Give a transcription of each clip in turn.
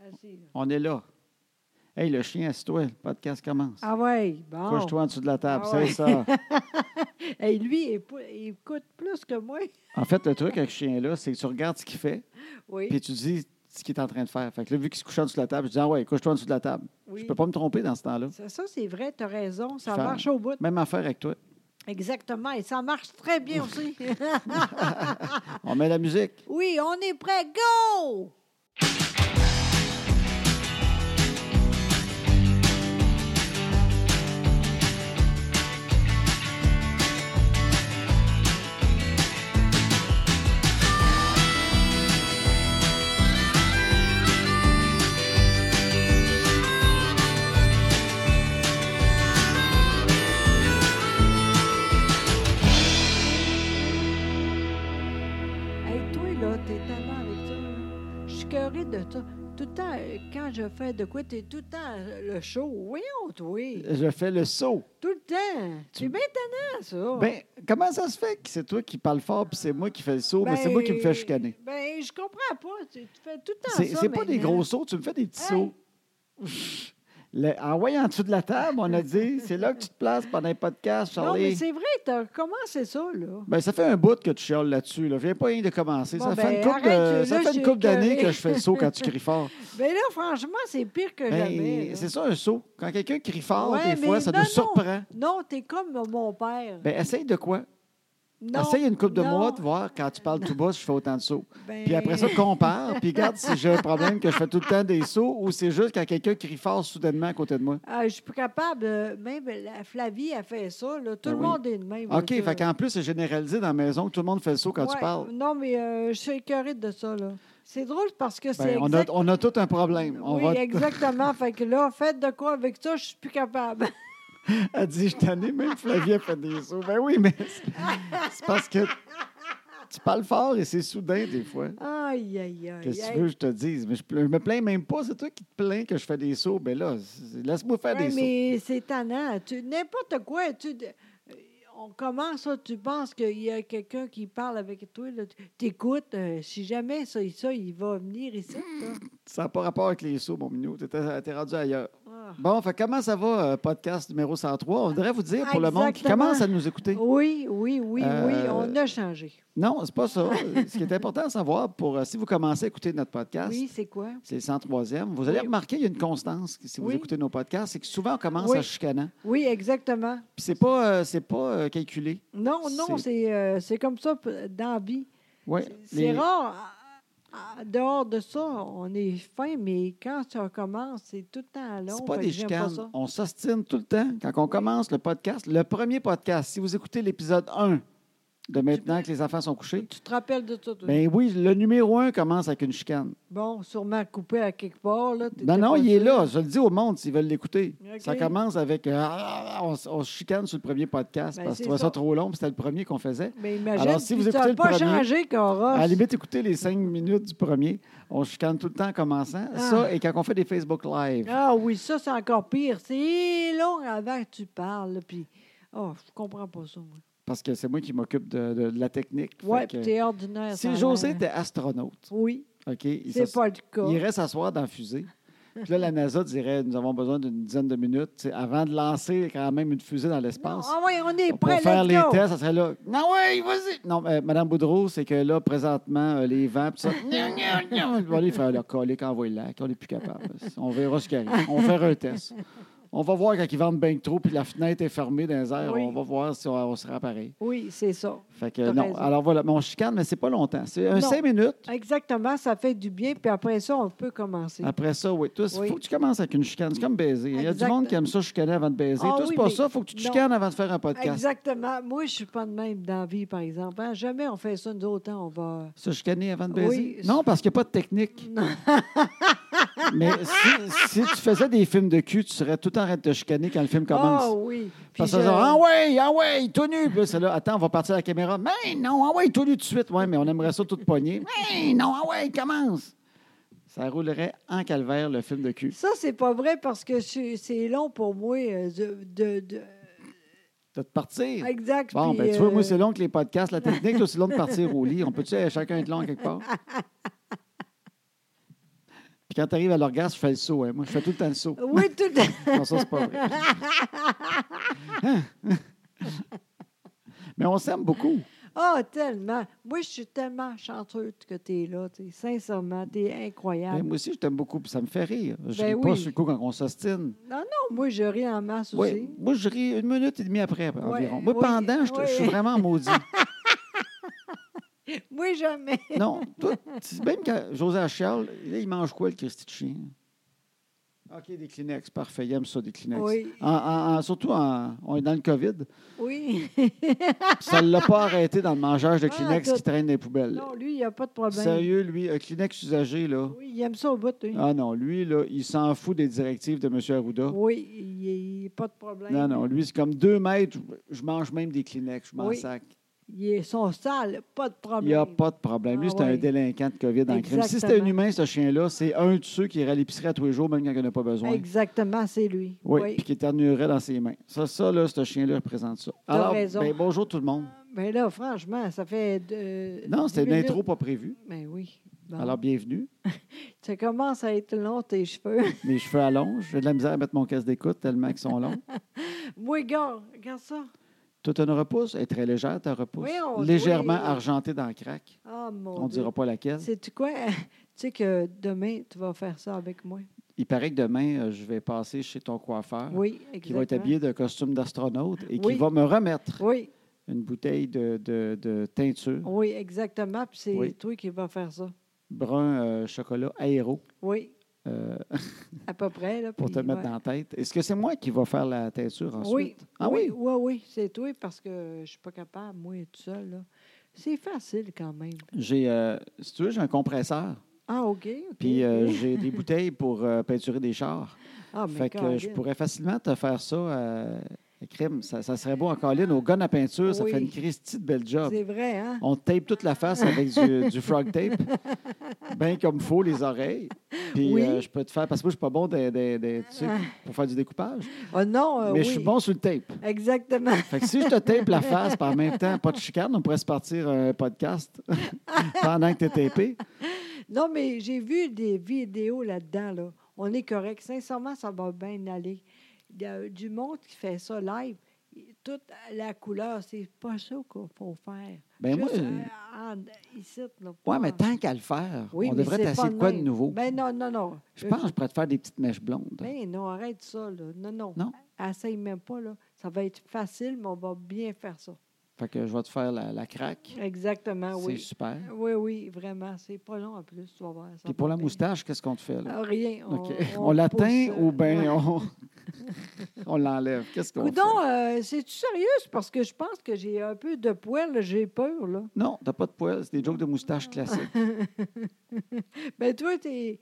Assis, là. On est là. Hey, le chien, assis-toi, le podcast commence. Ah ouais, bon. Couche-toi en dessous de la table, Ah c'est ouais. ça. Hey, lui, il, pou- il coûte plus que moi. En fait, le truc avec ce chien-là, c'est que tu regardes ce qu'il fait, Oui, puis tu dis ce qu'il est en train de faire. Fait que là, vu qu'il se couche en dessous de la table, je dis Ah ouais, couche-toi en dessous de la table. oui. Je peux pas me tromper dans ce temps-là. Ça, ça, c'est vrai, tu as raison. Ça Faire- marche au bout. Même affaire avec toi. Exactement. Et ça marche très bien aussi. Ah. On met la musique. oui, on est prêt. Go! Hey, toi, là, t'es tellement avec ça. là. Je suis curée de ça. Tout le temps, euh, quand je fais de quoi, t'es tout le temps euh, le show. Voyons, toi. Je fais le saut. Tout le temps. Euh, C'est Tu- maintenant, ça. Ben, comment ça se fait que c'est toi qui parle fort, puis c'est moi qui fais le saut, mais oh, ben, c'est moi qui me fais chicaner? Ben, je comprends pas. Tu, tu fais tout le temps ça. C'est c'est pas des maintenant. gros sauts, tu me fais des petits Hey. sauts. Le- en voyant en dessous de la table, on a dit c'est là que tu te places pendant un podcast, Non, mais Charlie. c'est vrai, t'as commencé ça, là. Ben, ça fait un bout que tu chiales là-dessus. Là. Je viens pas rien de commencer. Bon, ça ben, fait une couple, de- arrête, ça là, fait je une suis couple d'années écoeurée. que je fais le saut quand tu cries fort. Ben là, franchement, c'est pire que Ben, jamais. là. c'est ça un saut. Quand quelqu'un crie fort, Ouais, des mais fois, ça non, nous non. surprend. Non, t'es comme mon père. Ben, essaye de quoi? non, essaye une couple de non, mois de voir quand tu parles tout bas si je fais autant de sauts. ben, Puis après ça, compare, puis regarde si j'ai un problème que je fais tout le temps des sauts ou c'est juste quand quelqu'un crie fort soudainement à côté de moi. Ah, je suis plus capable. euh, Même la Flavie a fait ça. là. Tout Ben le oui. monde est de même. OK, là, fait ça. qu'en plus, c'est généralisé dans la maison que tout le monde fait le saut quand tu Ouais, parles. Non, mais euh, je suis écœurée de ça. là. C'est drôle parce que c'est Ben, on, a, exact- on a tout un problème. On oui, va... exactement. fait que là, faites de quoi avec ça, je suis plus capable. Elle dit, je t'en ai même Flavie a fait des sauts. Ben oui, mais c'est c'est parce que tu parles fort et c'est soudain des fois. Aïe, aïe, aïe. Qu'est-ce que tu aïe. veux que je te dise? Mais je, pla- je me plains même pas. C'est toi qui te plains que je fais des sauts. Ben là, c'est- laisse-moi faire Ouais, des sauts. mais c'est tannant. Tu- N'importe quoi. Tu, d- euh, on commence, là, tu penses qu'il y a quelqu'un qui parle avec toi. là, tu- T'écoutes. euh, si jamais ça, ça, il va venir ici. là. Ça n'a pas rapport avec les sauts, mon minou. T'étais- T'es rendu ailleurs. Ah. Bon, fait comment ça va, euh, podcast numéro 103? On voudrait vous dire pour le monde qui Exactement. Oh. commence à nous écouter. Oui, oui, oui, oui. Euh, On a changé. Non, c'est pas ça. Ce qui est important à savoir, pour euh, si vous commencez à écouter notre podcast, Oui, c'est quoi? c'est le 103e, vous allez Oui. remarquer qu'il y a une constance si vous Oui. écoutez nos podcasts, c'est que souvent on commence Oui. à chicanant. Oui, exactement. Puis c'est pas, euh, c'est pas euh, calculé. Non, non, C'est- c'est euh, c'est comme ça p- dans la vie. Ouais, C'est les- rare. à- à- Dehors de ça, on est fin, mais quand ça commence, c'est tout le temps long. C'est pas fait des que j'aime pas chicanes. ça. on s'ostine tout le temps quand on commence le podcast. Le premier podcast, si vous écoutez l'épisode 1 de maintenant que les enfants sont couchés, Tu te rappelles de ça, toi? ben oui, le numéro 1 commence avec une chicane. Bon, sûrement coupé à quelque part. Là, t'étais Non, non, pas il est sûr. là. Je le dis au monde s'ils veulent l'écouter. OK. Ça commence avec euh, Ah, ah, ah, on, s- on se chicane sur le premier podcast Ben, parce que c'est tu trouvais ça ça. trop long, puis c'était le premier qu'on faisait. Mais imagine, Alors, si puis vous ça écoutez a le pas premier, changé, Cora. À la limite, écoutez les cinq minutes du premier. On se chicane tout le temps en commençant. Ah. Ça, et quand on fait des Facebook Live. Ah oui, ça, c'est encore pire. C'est long avant que tu parles. là, Puis, oh, je comprends pas ça, moi. Parce que c'est moi qui m'occupe de, de- de la technique. Fait Ouais, que, puis t'es ordinaire. ça si a José l'air. était astronaute, Oui, OK, il, c'est s'ass- pas le cas. il irait s'asseoir dans la fusée. Puis là, la NASA dirait nous avons besoin d'une dizaine de minutes tu sais, avant de lancer quand même une fusée dans Non, l'espace. ah oui, on est Pour prêt, faire let's les go. tests, ça serait là. Non, oui, vas-y. Non, euh, Madame Boudreau, c'est que là, présentement, euh, les vents, pis ça. Gna, gna, gna. Bon, les frères, le colique, envoie le lac. On n'est plus capable. On verra ce qui arrive. On va faire un test. On va voir quand ils vendent bien que trop, puis la fenêtre est fermée dans les airs. Oui. On va voir si on, on sera pareil. Oui, c'est ça. Fait que T'as non. raison. Alors voilà, mais on chicane, mais c'est pas longtemps. C'est un Non. Ah, cinq minutes. Exactement, ça fait du bien, puis après ça, on peut commencer. Après ça, oui. Toi, il Oui. faut que tu commences avec une chicane. C'est comme baiser. Il y a du Exact. monde qui aime ça chicaner avant de baiser. Ah Toi, c'est oui, pas mais ça. Il faut que tu te non. chicanes avant de faire un podcast. Exactement. Moi, je suis pas de même dans la vie, par exemple. hein. Jamais on fait ça, nous autres, hein, on va... Se chicaner avant de Oui, baiser? je- non, parce qu'il n'y a pas de technique. Mais si, si tu faisais des films de cul, tu serais tout en train de te chicaner quand le film commence. Ah oui. Puis parce que je- ça, ah ouais, ah ouais, tout nu. Puis là, c'est là, attends, on va partir à la caméra. Mais non, ah ouais, tout nu tout de suite. Ouais, mais on aimerait ça tout pogner. Mais non, ah ouais, commence. Ça roulerait en calvaire le film de cul. Ça, c'est pas vrai, parce que je- c'est long pour moi euh, de... de- de- De te partir. Exact. Bon, puis, ben, tu vois, moi, euh, c'est long que les podcasts, la technique, toi, c'est long de partir au lit. On peut-tu euh, chacun être long quelque part? Puis quand tu arrives à l'orgasme, je fais le saut. hein. Moi, je fais tout le temps le saut. Oui, tout Non, ça, c'est pas vrai. Mais on s'aime beaucoup. Oh, tellement. Moi, je suis tellement chanteuse que tu es là. tu sais. Sincèrement, tu es Mais incroyable. moi aussi, je t'aime beaucoup, puis ça me fait rire. Je Ben ris pas oui. sur le coup quand on s'ostine. Non, non, moi, je ris en masse Ouais, aussi. moi, je ris une minute et demie après environ. Moi, oui, pendant, je, te- je suis oui. vraiment maudit. Moi, jamais. non, toi, tu- même quand José Charles, là, il mange quoi, le Christy de chien? OK, des Kleenex, parfait. Il aime ça, des Kleenex. Oui. En- en- en- surtout, en- on est dans le COVID. Oui. Ça ne l'a pas arrêté dans le mangeage de Ah, Kleenex tout. qui traîne dans les poubelles. Non, lui, il n'y a pas de problème. Sérieux, lui, un Kleenex usagé, là. Oui, il aime ça au bout. hein. lui. Ah non, lui, là, il s'en fout des directives de M. Arruda. Oui, il n'y a pas de problème. Non, non, lui, c'est comme deux mètres, je- je mange même des Kleenex, je m'en Oui. sac. Il est son sale, pas de Il problème. n'y a pas de problème. Lui, Ah c'est un ouais. délinquant de COVID en crime. Si c'était un Exactement. humain, ce chien-là, c'est un de ceux qui irait à l'épicerie à tous les jours, même quand il n'en a pas besoin. Exactement, c'est lui. Oui, puis qui éternuerait dans ses mains. Ça, ça là, ce chien-là représente ça. T'as Alors, raison. ben, bonjour tout le monde. Ben là, franchement, ça fait. euh, Non, dix c'était une minutes. intro pas prévue. Ben oui. Bon. Alors, bienvenue. Ça commence à être long, tes cheveux. Mes cheveux allongent. J'ai de la misère à mettre mon casque d'écoute tellement qu'ils sont longs. Moi, gars, regarde ça. Tout une repousse est très légère, ta repousse. Oui, on- Légèrement oui. argentée dans le crack. Ah, mon On ne Dieu. dira pas laquelle. Sais-tu quoi? tu sais que demain, tu vas faire ça avec moi. Il paraît que demain, euh, je vais passer chez ton coiffeur Oui, exactement. Ah, qui va être habillé d'un costume d'astronaute et qui Oui. va me remettre Oui, une bouteille de, de- de teinture oui, exactement. Puis c'est Oui. toi qui vas faire ça. brun euh, chocolat aéro Oui, euh, à peu près. Là, pour te puis, mettre ouais. dans la tête. Est-ce que c'est moi qui va faire la teinture ensuite? Oui. Ah oui, oui? oui, oui, c'est toi parce que je suis pas capable, moi, tout seul. Là. C'est facile quand même. J'ai, euh, si tu veux, j'ai un compresseur. Ah, OK. ok, Puis euh, ok. j'ai des bouteilles pour euh, peinturer des chars. ah, mais Fait que euh, je Caroline. pourrais facilement te faire ça. euh, crime, ça, ça serait beau en colline. Au gun à peinture, ça Oui. fait une Christie de belle job. C'est vrai, hein? On te tape toute la face avec du, du frog tape, bien comme faut les oreilles. Puis Oui. euh, je peux te faire, parce que moi, je suis pas bon des- des- des- tu sais, pour faire du découpage, Ah non, euh, mais oui. je suis bon sur le tape. Exactement. Fait que si je te tape la face, par en même temps, pas de chicane, on pourrait se partir un podcast pendant que tu es tapé. Non, mais j'ai vu des vidéos là-dedans, là. On est correct. Sincèrement, ça va bien aller. Il y a du monde qui fait ça live. Toute la couleur, c'est pas ça qu'il faut faire. Ben moi, Juste, euh, euh, en- ici, là, ouais, pas- mais tant qu'à le faire, Oui, on mais devrait c'est t'asseoir pas de quoi de même. nouveau. Ben non, non, non. Euh, je pense que je pourrais te faire des petites mèches blondes. Ben non, arrête ça, là. Non, non. Non? Essaye même pas, là. Ça va être facile, mais on va bien faire ça. Fait que je vais te faire la, la craque. Exactement, C'est Ah oui. super. Oui, Ah oui, vraiment. C'est pas long en plus, tu vas voir. ça Puis pour va la bien. moustache, qu'est-ce qu'on te fait là? Ah, rien. On, OK. on On, l'atteint pousse, ou euh, ouais. bien on, on l'enlève? Qu'est-ce qu'on fait? Coudon, euh, c'est-tu sérieux? C'est Parce que je pense que j'ai un peu de poils, là, j'ai peur, là. Non, t'as pas de poils, c'est des jokes de moustache classiques. Ben toi, t'es...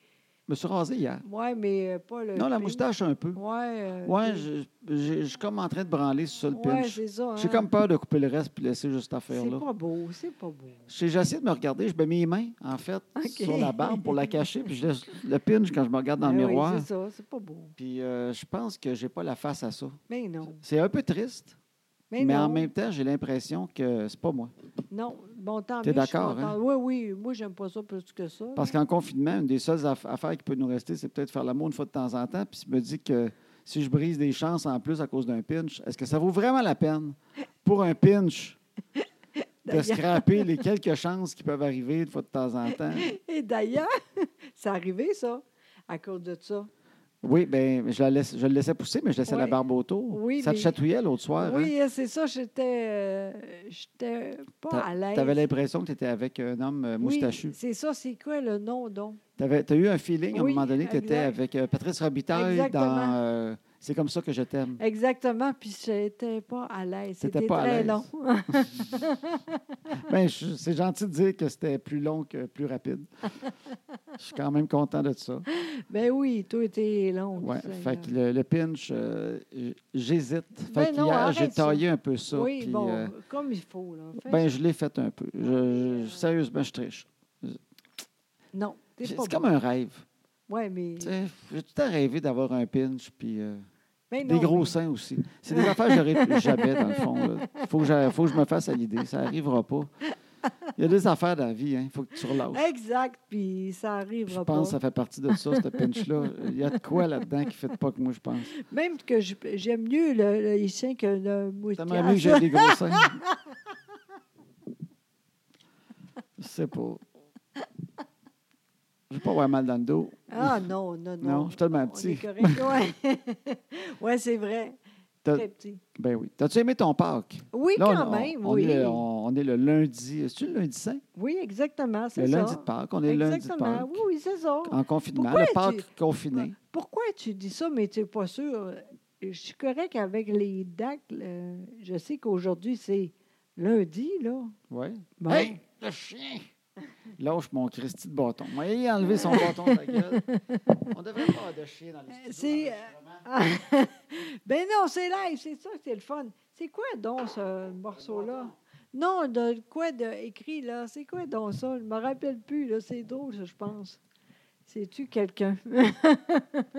Je me suis rasé hier. Ouais, mais euh, pas le... Non, la pin. moustache un peu. Ouais. euh, Ouais, t'es- je je- je suis comme en train de branler sur le Ouais, pinch. c'est ça, hein. J'ai comme peur de couper le reste puis laisser juste cette C'est affaire-là. pas beau, c'est pas beau. J'ai j'ai essayé de me regarder, je mets mes mains, en fait, OK. sur la barbe pour la cacher, puis je laisse le pinch quand je me regarde dans le Ben oui, miroir. c'est ça, c'est pas beau. Puis euh, je pense que j'ai pas la face à ça. Mais non. C'est un peu triste, Mais, mais non. en même temps, j'ai l'impression que c'est pas moi. Non, bon, tant T'es mieux, je suis d'accord, hein? contente. Oui, oui, moi, j'aime pas ça plus que ça. Parce qu'en confinement, une des seules aff- affaires qui peut nous rester, c'est peut-être faire l'amour une fois de temps en temps. Puis je me dis que si je brise des chances en plus à cause d'un pinch, est-ce que ça vaut vraiment la peine pour un pinch de D'ailleurs. scraper les quelques chances qui peuvent arriver une fois de temps en temps? Et d'ailleurs, c'est arrivé, ça, à cause de ça. Oui, bien, je, la laisse- je le laissais pousser, mais je laissais la Ouais. barbe autour. Oui, ça te mais- chatouillait l'autre soir. hein? Oui, euh, c'est ça, j'étais... euh, j'étais pas à l'aise. Tu avais l'impression que tu étais avec un homme euh, Oui, moustachu. c'est ça, c'est quoi le nom, donc? Tu as eu un feeling à un Oui, moment donné que tu étais exact. avec euh, Patrice Robitaille dans Exactement. euh, C'est comme ça que je t'aime. Exactement, puis j'étais pas à l'aise. T'étais C'était pas à très l'aise. long. Ben, je- c'est gentil de dire que c'était plus long que plus rapide. Je suis quand même content de ça. ben oui, tout était long. Ouais, Seigneur. fait que le, le pinch, euh, j- j'hésite. Fait Ben que non, hier, arrête j'ai ça. taillé un peu ça. oui, puis, bon, euh, comme il faut. Là. Fais ben, ça. je l'ai fait un peu. Je- je- sérieusement, je triche. non, t'es C'est pas comme un rêve. Oui, mais. Tu sais, J'ai tout le temps rêvé d'avoir un pinch, puis euh, Ben des non, gros seins aussi. C'est des affaires que j'aurais jamais, dans le fond. Il faut, que j'a- faut que je me fasse à l'idée. Ça n'arrivera pas. Il y a des affaires dans la vie, hein. Il faut que tu relâches. Exact, puis ça Je arrivera pas. pense que ça fait partie de ça, ce pinch-là. Il y a de quoi là-dedans qui ne fait pas que moi, je pense. Même que je- j'aime mieux le, le haïtien que le moustiquaire. Tellement mieux que j'ai des gros seins. Je sais pas. Je vais pas avoir mal dans le dos. Ah non, non, non. Non, je suis tellement On est petit. correct, ouais. ouais, c'est vrai. T'as- Très petit. Ben oui. T'as-tu aimé ton Pâques? Oui, Là, quand on, même, on- on oui. Est le, on, on est le lundi. C'est-tu le lundi saint? Oui, exactement, Le c'est ça. lundi de Pâques. On est le lundi de Exactement, Pâques. oui, oui, c'est ça. En confinement. Pourquoi le Pâques tu- confiné. Pourquoi tu dis ça, mais tu n'es pas sûr? Je suis correct avec les dates. euh, je sais qu'aujourd'hui, c'est lundi, là. Ouais. Bon. Hey, le chien! Lâche mon Christy de bâton. Voyez, enlever son bâton de la gueule. On devrait pas avoir de chien dans les C'est, euh, Ah. ben non, c'est live, c'est ça que c'est le fun. C'est quoi donc ce morceau-là? Non, de quoi de écrit là? C'est quoi donc ça? Je me rappelle plus, là. C'est drôle, ça, je pense. C'est-tu quelqu'un?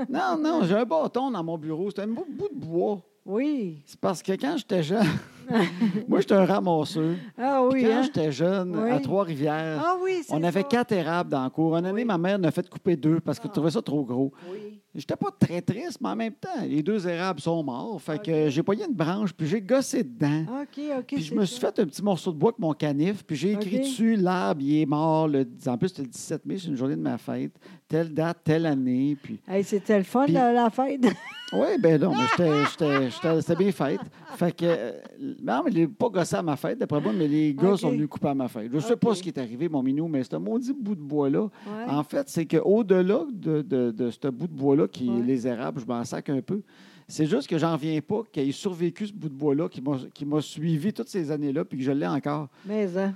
Non, non, j'ai un bâton dans mon bureau. C'est un beau bout de bois. oui. C'est parce que quand j'étais jeune, moi, j'étais un ramasseur. Ah Puis oui, quand hein? j'étais jeune, Oui. à Trois-Rivières, Ah oui, c'est on avait ça. quatre érables dans la cour. Une année, Oui. ma mère en a fait couper deux parce qu'elle Ah. trouvait ça trop gros. Oui. J'étais pas très triste, mais en même temps, les deux érables sont morts. Fait que Ok. euh, j'ai pogné une branche, puis j'ai gossé dedans. OK, OK. Puis je c'est me ça. suis fait un petit morceau de bois avec mon canif, puis j'ai écrit Ok. dessus l'arbre, il est mort. Le... En plus, c'était le 17 mai, c'est une journée de ma fête. Telle date, telle année. Puis... Hey, c'était le fun, Puis- la, la fête. Oui, ben non, mais j'étais- j'étais- j'étais- c'était bien fête. Fait que, euh, non, mais les pas gossé à ma fête, d'après moi, mais les gars Ok. sont venus couper à ma fête. Je ne sais pas Ok. ce qui est arrivé, mon minou, mais c'est un maudit bout de bois-là. Ouais. En fait, c'est qu'au-delà de, de, de ce bout de bois-là, qui Ouais. est les érables, je m'en sac un peu. C'est juste que j'en viens pas qu'il ait survécu ce bout de bois-là qui m'a- qui m'a suivi toutes ces années-là, puis que je l'ai encore. Mais, hein.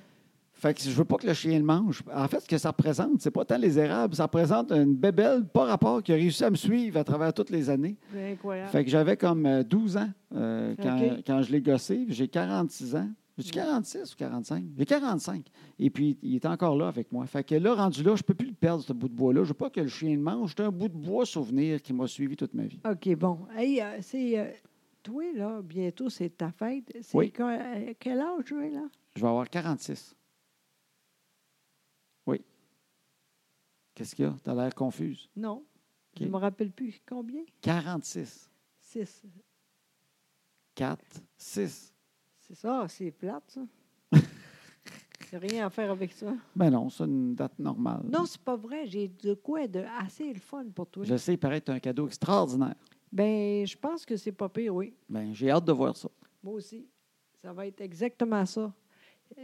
Fait que je veux pas que le chien le mange. En fait, ce que ça représente, c'est pas tant les érables, ça représente une bébelle pas rapport qui a réussi à me suivre à travers toutes les années. C'est incroyable. Fait que j'avais comme euh, 12 ans euh, quand, Ah. Ok. quand je l'ai gossé. puis J'ai 46 ans. J'ai 46 ou 45? J'ai 45. Et puis, il est encore là avec moi. Fait que là, rendu là, je peux plus le perdre, ce bout de bois-là. Je veux pas que le chien le mange. C'est un bout de bois souvenir qui m'a suivi toute ma vie. OK, bon. Hey, euh, c'est. euh, toi, là, bientôt, c'est ta fête. C'est Oui. quand- euh, quel âge tu es, là? Je vais avoir 46. Oui. Qu'est-ce qu'il y a? T'as l'air confuse. Non. Je OK. ne me rappelle plus combien. 46. Six. 4, 6. C'est ça, c'est plate, ça. C'est rien à faire avec ça. Ben non, c'est une date normale. Non, c'est pas vrai. J'ai de quoi de assez le fun pour toi. Je sais, il paraît que t'as un cadeau extraordinaire. Ben, je pense que c'est pas pire, oui. Ben, j'ai hâte de voir ça. Moi aussi. Ça va être exactement ça.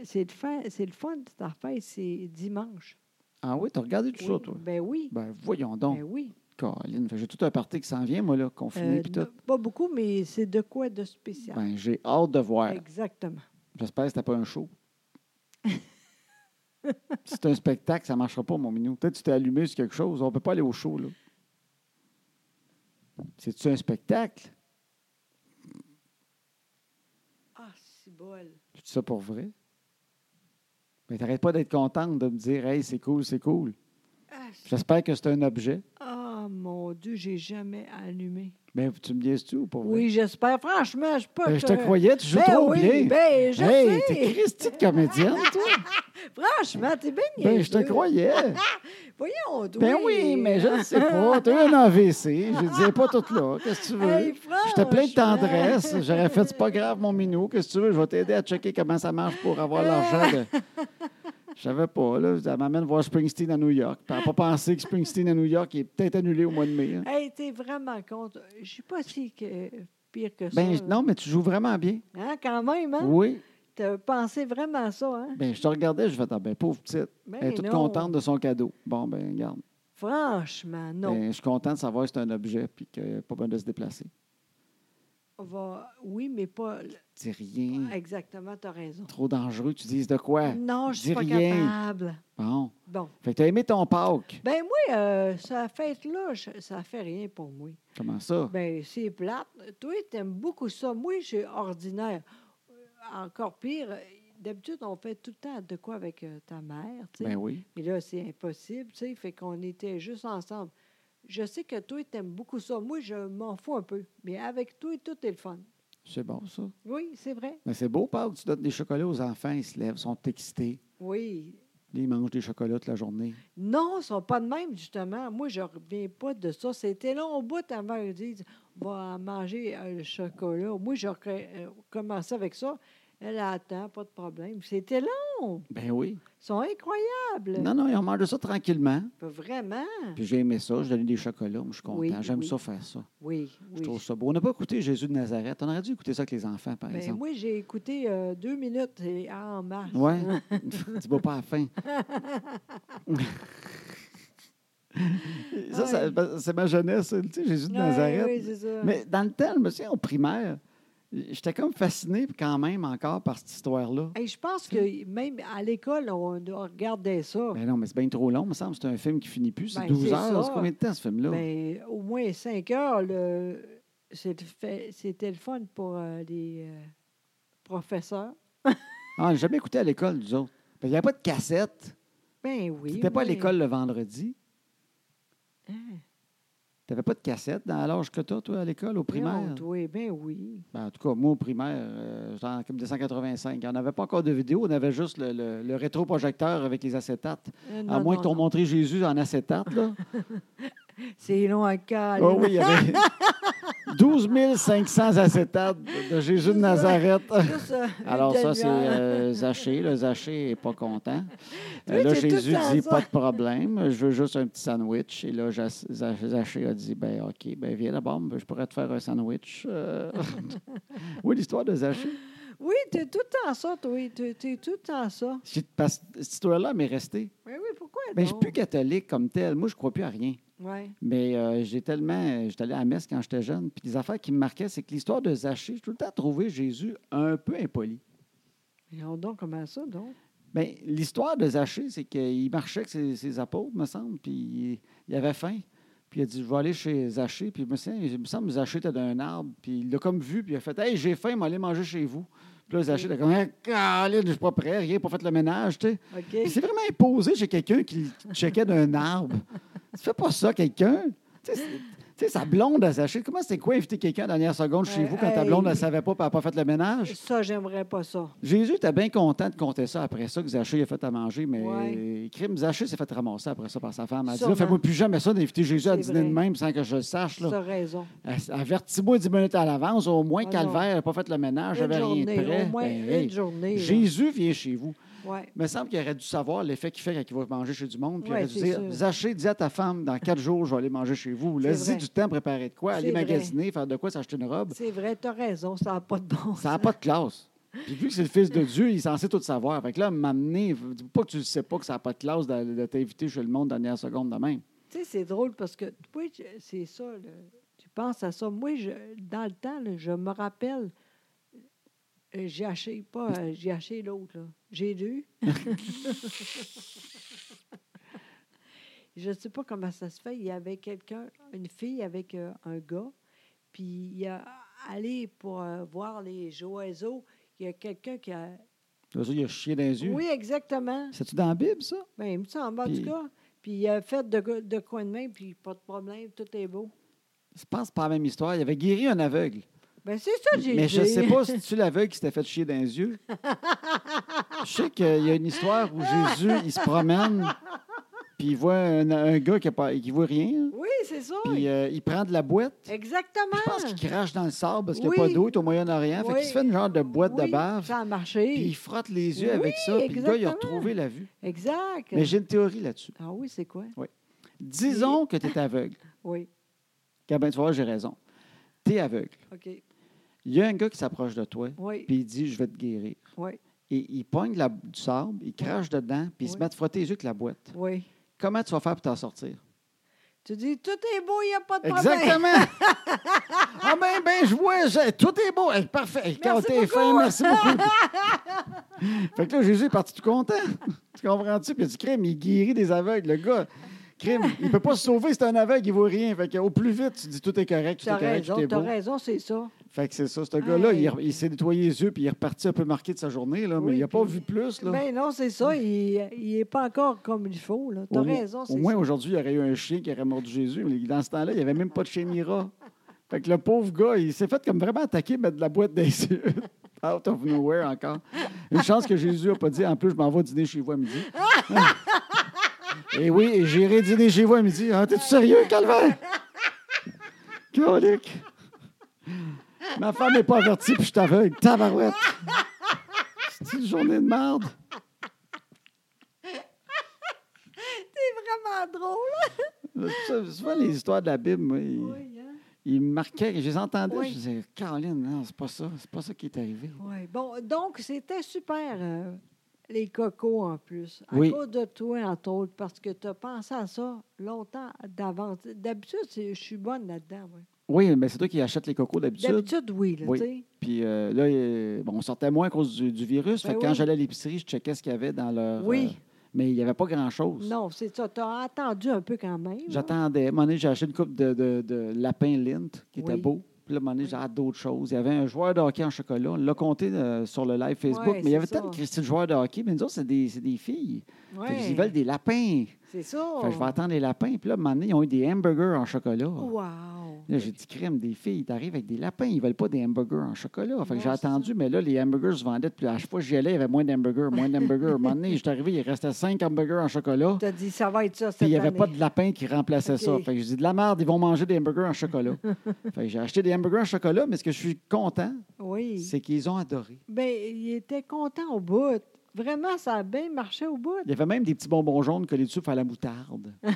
C'est le, fa- c'est le fun de ta fête, c'est dimanche. Ah oui, t'as regardé tout ça, Oui. toi? Ben oui. Ben, voyons donc. Ben oui. Caroline, fait que j'ai tout un parti qui s'en vient, moi, là, confiné, Euh, puis non, tout. pas beaucoup, mais c'est de quoi de spécial. Ben, j'ai hâte de voir. Exactement. J'espère que c'était pas un show. si c'est un spectacle, ça ne marchera pas, mon minou. Peut-être que tu t'es allumé sur quelque chose. On ne peut pas aller au show, là. C'est-tu un spectacle? Ah, c'est bol. Tu dis ça pour vrai? Mais t'arrêtes pas d'être contente de me dire « Hey, c'est cool, c'est cool Ah, ». c'est- J'espère que c'est un objet. ah, mon Dieu, j'ai jamais allumé. Mais Ben, tu me niaises-tu ou pas? vrai? Oui, j'espère. Franchement, je suis pas. Ben, je te que- croyais, tu joues Ben trop oui, bien. Ben, je hey, sais. t'es Christy de comédienne, toi! Franchement, t'es bien ben, je te niaiseux. croyais! Voyons, toi. Ben oui, mais je ne sais pas. Tu as eu un AVC. Je ne disais pas tout là. Qu'est-ce que tu veux? Hey, J'étais plein de franchement. tendresse. J'aurais fait, c'est pas grave, mon minou. Qu'est-ce que tu veux? Je vais t'aider à checker comment ça marche pour avoir l'argent. De... Je savais pas. Là. Elle m'amène voir Springsteen à New York. Puis Elle n'a pas pensé que Springsteen à New York est peut-être annulé au mois de mai. hein. Hey, t'es vraiment contre. Je suis pas si que- pire que Ah, ça. Ben, là. non, mais tu joues vraiment bien. Hein, quand même, hein? Oui. T'as pensé vraiment à ça, hein? Ben, je te regardais, je fais, ah, ben, pauvre petite. Ben Elle est toute non. contente de son cadeau. Bon, ben, regarde. Franchement, non. Ben, je suis content de savoir que c'est un objet puis que pas besoin de se déplacer. On va... Oui, mais pas. C'est rien. Exactement, t'as raison. Trop dangereux, tu dises de quoi? Non, je suis Hein, dis pas rien. capable. Bon. Bon. Fait que t'as aimé ton Pâques. Ben moi, euh, ça fête-là, je- ça fait rien pour moi. Comment ça? Ben c'est plate. Toi, t'aimes beaucoup ça. Moi, j'ai ordinaire. Euh, Encore pire, euh, d'habitude, on fait tout le temps de quoi avec euh, ta mère, tu sais. Ben oui. Mais là, c'est impossible, tu sais. Fait qu'on était juste ensemble. Je sais que toi, t'aimes beaucoup ça. Moi, je m'en fous un peu. Mais avec toi, tout est le fun. C'est bon, ça. Ben, Oui, c'est vrai. Mais c'est beau, Pâques. Tu donnes des chocolats aux enfants, ils se lèvent, ils sont excités. Oui. Ils mangent des chocolats toute la journée. Non, ils ne sont pas de même, justement. Moi, je ne reviens pas de ça. C'était long au bout avant qu'ils disent on va manger euh, le chocolat. Moi, j'ai commencé avec ça. Elle attend, pas de problème. C'était long. Ben oui. Ils sont incroyables. Non, non, ils ont mangé ça tranquillement. Vraiment. Puis j'ai aimé ça. Je donnais des chocolats. Moi, je suis content. Oui, J'aime oui. ça faire ça. Oui, Je oui. trouve ça beau. On n'a pas écouté Jésus de Nazareth. On aurait dû écouter ça avec les enfants, par Ben, exemple. moi, j'ai écouté euh, deux minutes et en marche. Oui. tu vas pas à la fin. ça, ça- c'est ma jeunesse, tu sais, Jésus de Ouais, Nazareth. oui, c'est ça. Mais dans le temps, je me souviens, au primaire, j'étais comme fasciné quand même encore par cette histoire-là. Hey, je pense que même à l'école, on, on regardait ça. Ben non, mais c'est bien trop long, me semble. C'est un film qui finit plus. C'est Oh. Ben, 12 c'est heures. ça. Ben, C'est combien de temps, ce film-là? Mais au moins cinq heures, le- c'est le fait- c'était le fun pour euh, les euh, professeurs. Ah, on l'a jamais écouté à l'école, nous autres. Parce qu'il n'y avait pas de cassette. Ben oui. Tu n'étais pas à mais- l'école le vendredi. Hein? Tu n'avais pas de cassette dans l'âge que toi, toi, à l'école, au primaire? Non, Oui, ben oui. Ben, en tout cas, moi, au primaire, euh, j'étais en 1985. On n'avait pas encore de vidéo, on avait juste le, le- le rétroprojecteur avec les acétates. Euh, à non, moins non, que t'ont non. montré Jésus en acétate, là. C'est long à caler. oh, oui, il y avait 12 500 acétates de Jésus de Nazareth. Juste, euh, une Alors ça, c'est demi-heure. euh, Zaché. Le Zaché n'est pas content. Euh, Oui, là, c'est tout Jésus dans dit ça. pas de problème. Je veux juste un petit sandwich. Et là, Jas- Za- Zaché a dit ben OK, ben viens d'abord, je pourrais te faire un sandwich. Euh, oui, l'histoire de Zaché. Oui, t'es tout le temps ça, toi. T'es t'es tout le temps ça. J'ai- parce que Cette histoire-là m'est restée. Oui, oui, pourquoi Ben, je suis donc? plus catholique comme tel. Moi, je crois plus à rien. Ouais. Mais euh, j'ai tellement. euh, J'étais allé à la messe quand j'étais jeune. Puis les affaires qui me marquaient, c'est que l'histoire de Zachée, j'ai tout le temps trouvé Jésus un peu impoli. Mais on donc comment ça, donc? Bien, l'histoire de Zachée, c'est qu'il marchait avec ses, ses apôtres, me semble, puis il avait faim. Puis il a dit, je vais aller chez Zachée. Puis je me souviens, il me semble que Zachée était d'un arbre. Puis il l'a comme vu, puis il a fait, hey, j'ai faim, m'aller manger chez vous. Puis là, Zachée était comme, ah, câline, je suis pas prêt, rien, pas fait le ménage, tu sais. OK. Puis C'est vraiment imposé chez quelqu'un qui checkait d'un arbre. Tu fais pas ça, quelqu'un. Tu sais, c'est- tu sais, sa blonde a saché. Comment c'est quoi inviter quelqu'un en dernière seconde chez Euh, vous quand ta hey. blonde ne savait pas et n'a pas fait le ménage? Ça, j'aimerais pas ça. Jésus était bien content de compter ça après ça que Zaché a fait à manger, mais Ouais. crime, Zaché s'est fait ramasser après ça par sa femme. Elle a dit là, Sûrement. fais-moi plus jamais ça d'inviter Jésus à C'est dîner de vrai. même sans que je le sache. là. T'as raison. Elle- Avertis-moi 10 minutes à l'avance, au moins Ah Calvaire n'a pas fait le ménage, Une j'avais rien de journée, prêt. au moins Ben, une hey, journée. là. Jésus vient chez vous. Ouais. Il me semble qu'il aurait dû savoir l'effet qu'il fait quand il va manger chez du monde. Puis Ouais, il aurait dû c'est dire sûr. Zaché, dis à ta femme, dans quatre jours, je vais aller manger chez vous. C'est Laisse-y vrai. du temps à préparer de quoi, aller C'est vrai. magasiner, faire de quoi, s'acheter une robe. C'est vrai, t'as raison, ça n'a pas de bon Ça n'a sens. pas de classe. Puis vu que c'est le fils de Dieu, il est censé tout savoir. Fait que là, m'amener, dis pas que tu ne sais pas que ça n'a pas de classe de, de t'inviter chez le monde dernière seconde de même. Tu sais, c'est drôle parce que, oui, je- c'est ça, là. tu penses à ça. Moi, je- dans le temps, là, je me rappelle, euh, j'ai acheté, pas, euh, j'ai acheté l'autre, là. J'ai lu. je ne sais pas comment ça se fait. Il y avait quelqu'un, une fille avec euh, un gars, puis il a allé pour euh, voir les oiseaux. Il y a quelqu'un qui a. Là, ça, il a chié dans les yeux. Oui, exactement. C'est-tu dans la Bible, ça? Ben, il me semble, en Puis- tout cas. Puis il a fait de, go- de coin de main, puis pas de problème, tout est beau. Je pense que c'est pas la même histoire. Il avait guéri un aveugle. Ben, c'est ça, j'ai Mais dit. je sais pas si tu l'aveugle qui s'était fait chier dans les yeux. je sais qu'il y a une histoire où Jésus, il se promène, puis il voit un, un gars qui, a pas- qui voit rien, Oui, c'est ça. puis euh, il prend de la boîte. Exactement. Je pense qu'il crache dans le sable parce qu'il n'y Oui. a pas d'eau, il est au Moyen-Orient. Fait Oui. qu'il se fait une genre de boîte Oui, de bave, Ça a marché. puis il frotte les yeux Oui, avec ça, puis le gars, il a exactement. retrouvé la vue. Exact. Mais j'ai une théorie là-dessus. Ah oui, c'est quoi? Disons que tu es aveugle. Oui. Car ben, tu vois, j'ai raison. Tu es aveugle. OK. Il y a un gars qui s'approche de toi, Oui. puis il dit Je vais te guérir. Oui. Et il pogne la- du sable, il crache dedans, puis il se Oui. met à te frotter les yeux avec la boîte. Oui. Comment tu vas faire pour t'en sortir? Tu dis, tout est beau, il n'y a pas de problème. Exactement! ah ben, ben, je vois, je- tout est beau. Hey, parfait. Hey, quand Merci t'es fin, merci beaucoup. fait que là, Jésus est parti tout content. tu comprends-tu? Puis il a dit, crème, il guérit des aveugles. Le gars, crème, il peut pas se sauver, c'est un aveugle, il vaut rien. Fait que au plus vite, tu dis, tout est correct, tout Tu as est correct, tout raison, est tu as beau. raison, c'est ça. Fait que c'est ça. Ce gars-là, Hey. il, re- il s'est nettoyé les yeux, puis il est reparti un peu marqué de sa journée, là, mais Oui, il n'a pas puis- vu plus. Là. Ben non, c'est ça. Il n'est pas encore comme il faut. Tu as Au mo- raison, c'est Au moins, ça. aujourd'hui, il y aurait eu un chien qui aurait mordu Jésus. Mais dans ce temps-là, il n'y avait même pas de chien Mira. Fait que le pauvre gars, il s'est fait comme vraiment attaquer, mettre de la boîte des yeux. out of nowhere encore. Une chance que Jésus n'a pas dit, en plus, je m'en vais dîner chez vous à midi. et oui, j'irai dîner chez vous à midi. Ah, T'es-tu sérieux, Calvin? Colique. Ma femme n'est pas avertie, puis je t'aveugle. Tabarouette. C'est une journée de merde. C'est vraiment drôle. Souvent, les histoires de la Bible, moi, ils, Oui, hein? ils me marquaient. Je les entendais, Oui. je disais, Caroline, non, c'est pas ça. C'est pas ça qui est arrivé. Oui. Bon, donc, c'était super, euh, les cocos en plus. À Oui. cause de toi, entre autres, parce que tu as pensé à ça longtemps d'avance. D'habitude, c'est- je suis bonne là-dedans. moi. Oui, mais c'est toi qui achètes les cocos d'habitude. D'habitude, oui. Là, Oui. tu sais. Puis euh, là, euh, bon, on sortait moins à cause du, du virus. Ben fait que quand oui. j'allais à l'épicerie, je checkais ce qu'il y avait dans leur. Oui. euh, mais il n'y avait pas grand-chose. Non, c'est ça. Tu as attendu un peu quand même. hein? J'attendais. À un moment donné, j'ai acheté une coupe de, de, de lapin lint qui était Oui. beau. Puis là, à un moment donné, j'ai hâte d'autres choses. Il y avait un joueur de hockey en chocolat. On l'a compté euh, sur le live Facebook. Ouais, mais il y c'est avait ça. peut-être Christine joueur de hockey. Mais nous autres, c'est des, c'est des filles. Fait que Ouais. Ils veulent des lapins. C'est ça. Fait que je vais attendre les lapins. Puis là, à un moment donné, ils ont eu des hamburgers en chocolat. Wow. Là, j'ai dit, crème, des filles, t'arrives avec des lapins, ils veulent pas des hamburgers en chocolat. Fait que Non, j'ai c'est ça. attendu, mais là, les hamburgers se vendaient. Puis à chaque fois que j'y allais, il y avait moins d'hamburgers, moins d'hamburgers. À un moment donné, j'étais arrivé, il restait cinq hamburgers en chocolat. Tu as dit, ça va être ça cette Puis il n'y avait année. pas de lapin qui remplaçait ça. OK. Fait que j'ai dit, de la merde, ils vont manger des hamburgers en chocolat. fait que j'ai acheté des hamburgers en chocolat, mais ce que je suis content, Oui. c'est qu'ils ont adoré. Bien, il était content au bout. Vraiment, ça a bien marché au bout. Il y avait même des petits bonbons jaunes collés dessus pour faire la moutarde. Ah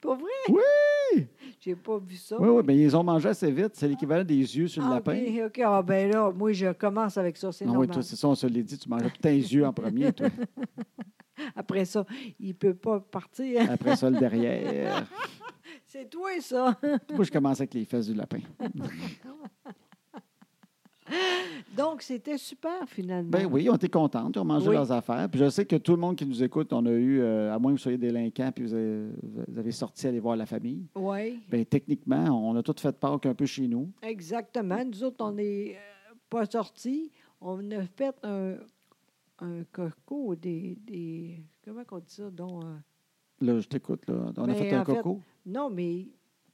Pour vrai? Oui! J'ai pas vu ça. Oui, oui, mais ils ont mangé assez vite. C'est l'équivalent des yeux sur le Ah, lapin. OK, OK. Ah, ben là, moi, je commence avec ça. C'est Non, oui, normal. toi, c'est ça, on se l'a dit, tu mangeais tous tes yeux en premier, toi. Après ça, il peut pas partir. Après ça, le derrière. C'est toi, ça. Moi, je commence avec les fesses du lapin. Donc, c'était super, finalement. Ben oui, ils ont été contents, ils ont mangé Oui. leurs affaires. Puis je sais que tout le monde qui nous écoute, on a eu, euh, à moins que vous soyez délinquants, puis vous avez, vous avez sorti aller voir la famille. Oui, Bien, techniquement, on a tout fait Pâques un peu chez nous. exactement. Nous autres, on n'est euh, pas sortis. On a fait un, un coco, des, des- Comment on dit ça? Donc, euh, Là, je t'écoute, là. On a Ben, fait un en fait, coco. non, mais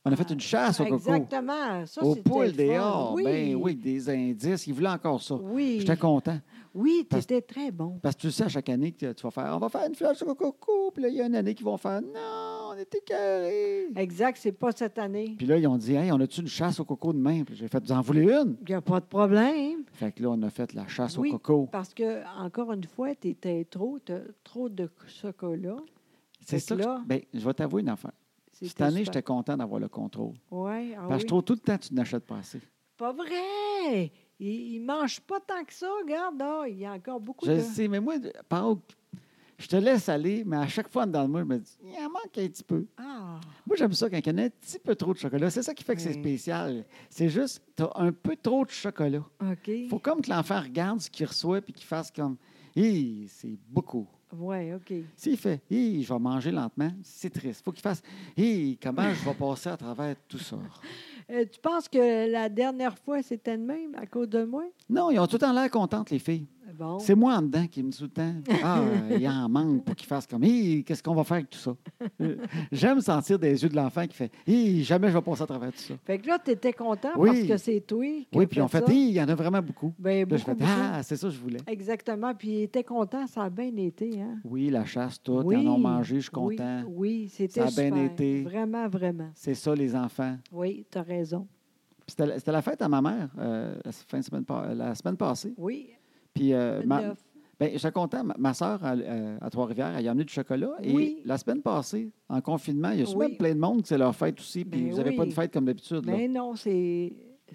On a fait une chasse au Ah, coco. Exactement. Ça, Au c'était le poule fun. dehors. Oui. Ben oui, des indices. Ils voulaient encore ça. Oui, J'étais Ah. content. oui Parce- c'était très bon. Parce que tu sais, à chaque année, que tu vas faire, on va faire une flèche au coco. Puis là, il y a une année qu'ils vont faire, non, on était carrés. Exact, c'est pas cette année. Puis là, ils ont dit, hey, on a-tu une chasse au coco demain? Puis j'ai fait, vous en voulez une? Il n'y a pas de problème. Fait que là, on a fait la chasse Oui. au coco. Parce que, encore une fois, tu étais trop, t'as trop de chocolat. C'est Fait ça. que que- là, ben, je vais t'avouer une affaire. Cette année, j'étais content d'avoir le contrôle. Oui, ah parce que oui. je trouve tout le temps que tu n'achètes pas assez. Pas vrai! Il ne mange pas tant que ça, regarde. là, il y a encore beaucoup Je de... sais, mais moi, Pâques, je te laisse aller, mais à chaque fois, dans le moi, je me dis, il en manque un petit peu. Ah, Moi, j'aime ça quand il y en a un petit peu trop de chocolat. C'est ça qui fait que c'est Oui. spécial. C'est juste, tu as un peu trop de chocolat. OK. Il faut comme que l'enfant regarde ce qu'il reçoit puis qu'il fasse comme, hé, c'est beaucoup. Oui, OK. S'il fait Hi, je vais manger lentement, c'est triste. Faut qu'il fasse Hi, comment je vais passer à travers tout ça. Euh, tu penses que la dernière fois, c'était le même à cause de moi? Non, ils ont tout le temps l'air contentes, les filles. Bon. C'est moi en dedans qui me dis tout le temps Ah, il en manque pour qu'il fasse comme Hi, qu'est-ce qu'on va faire avec tout ça? Euh, J'aime sentir des yeux de l'enfant qui fait Hi, jamais je vais passer à travers tout ça. Fait que là, tu étais content Oui. parce que c'est toi qui Oui, as puis on fait ça. Hi, il y en a vraiment beaucoup. Ben, Là, je beaucoup, fais beaucoup. Ah, c'est ça que je voulais. Exactement. Puis il était content, ça a bien été. Hein? Oui, la chasse, tout. Oui, Ils en ont mangé, je suis oui, content. Oui, c'était Ça a bien super. été. Vraiment, vraiment. C'est ça, les enfants. Oui, tu as raison. Puis C'était la, c'était la fête à ma mère euh, la, fin de semaine, pa- la semaine passée. Oui, Puis euh, ma- neuf. Bien, je suis content. Ma, ma soeur à, euh, à Trois-Rivières, elle y a amené du chocolat. Et Oui. la semaine passée, en confinement, il y a souvent Oui. plein de monde que c'est leur fête aussi. Puis Ben vous n'avez pas oui. Ben de fête comme d'habitude. là. Mais non, c'est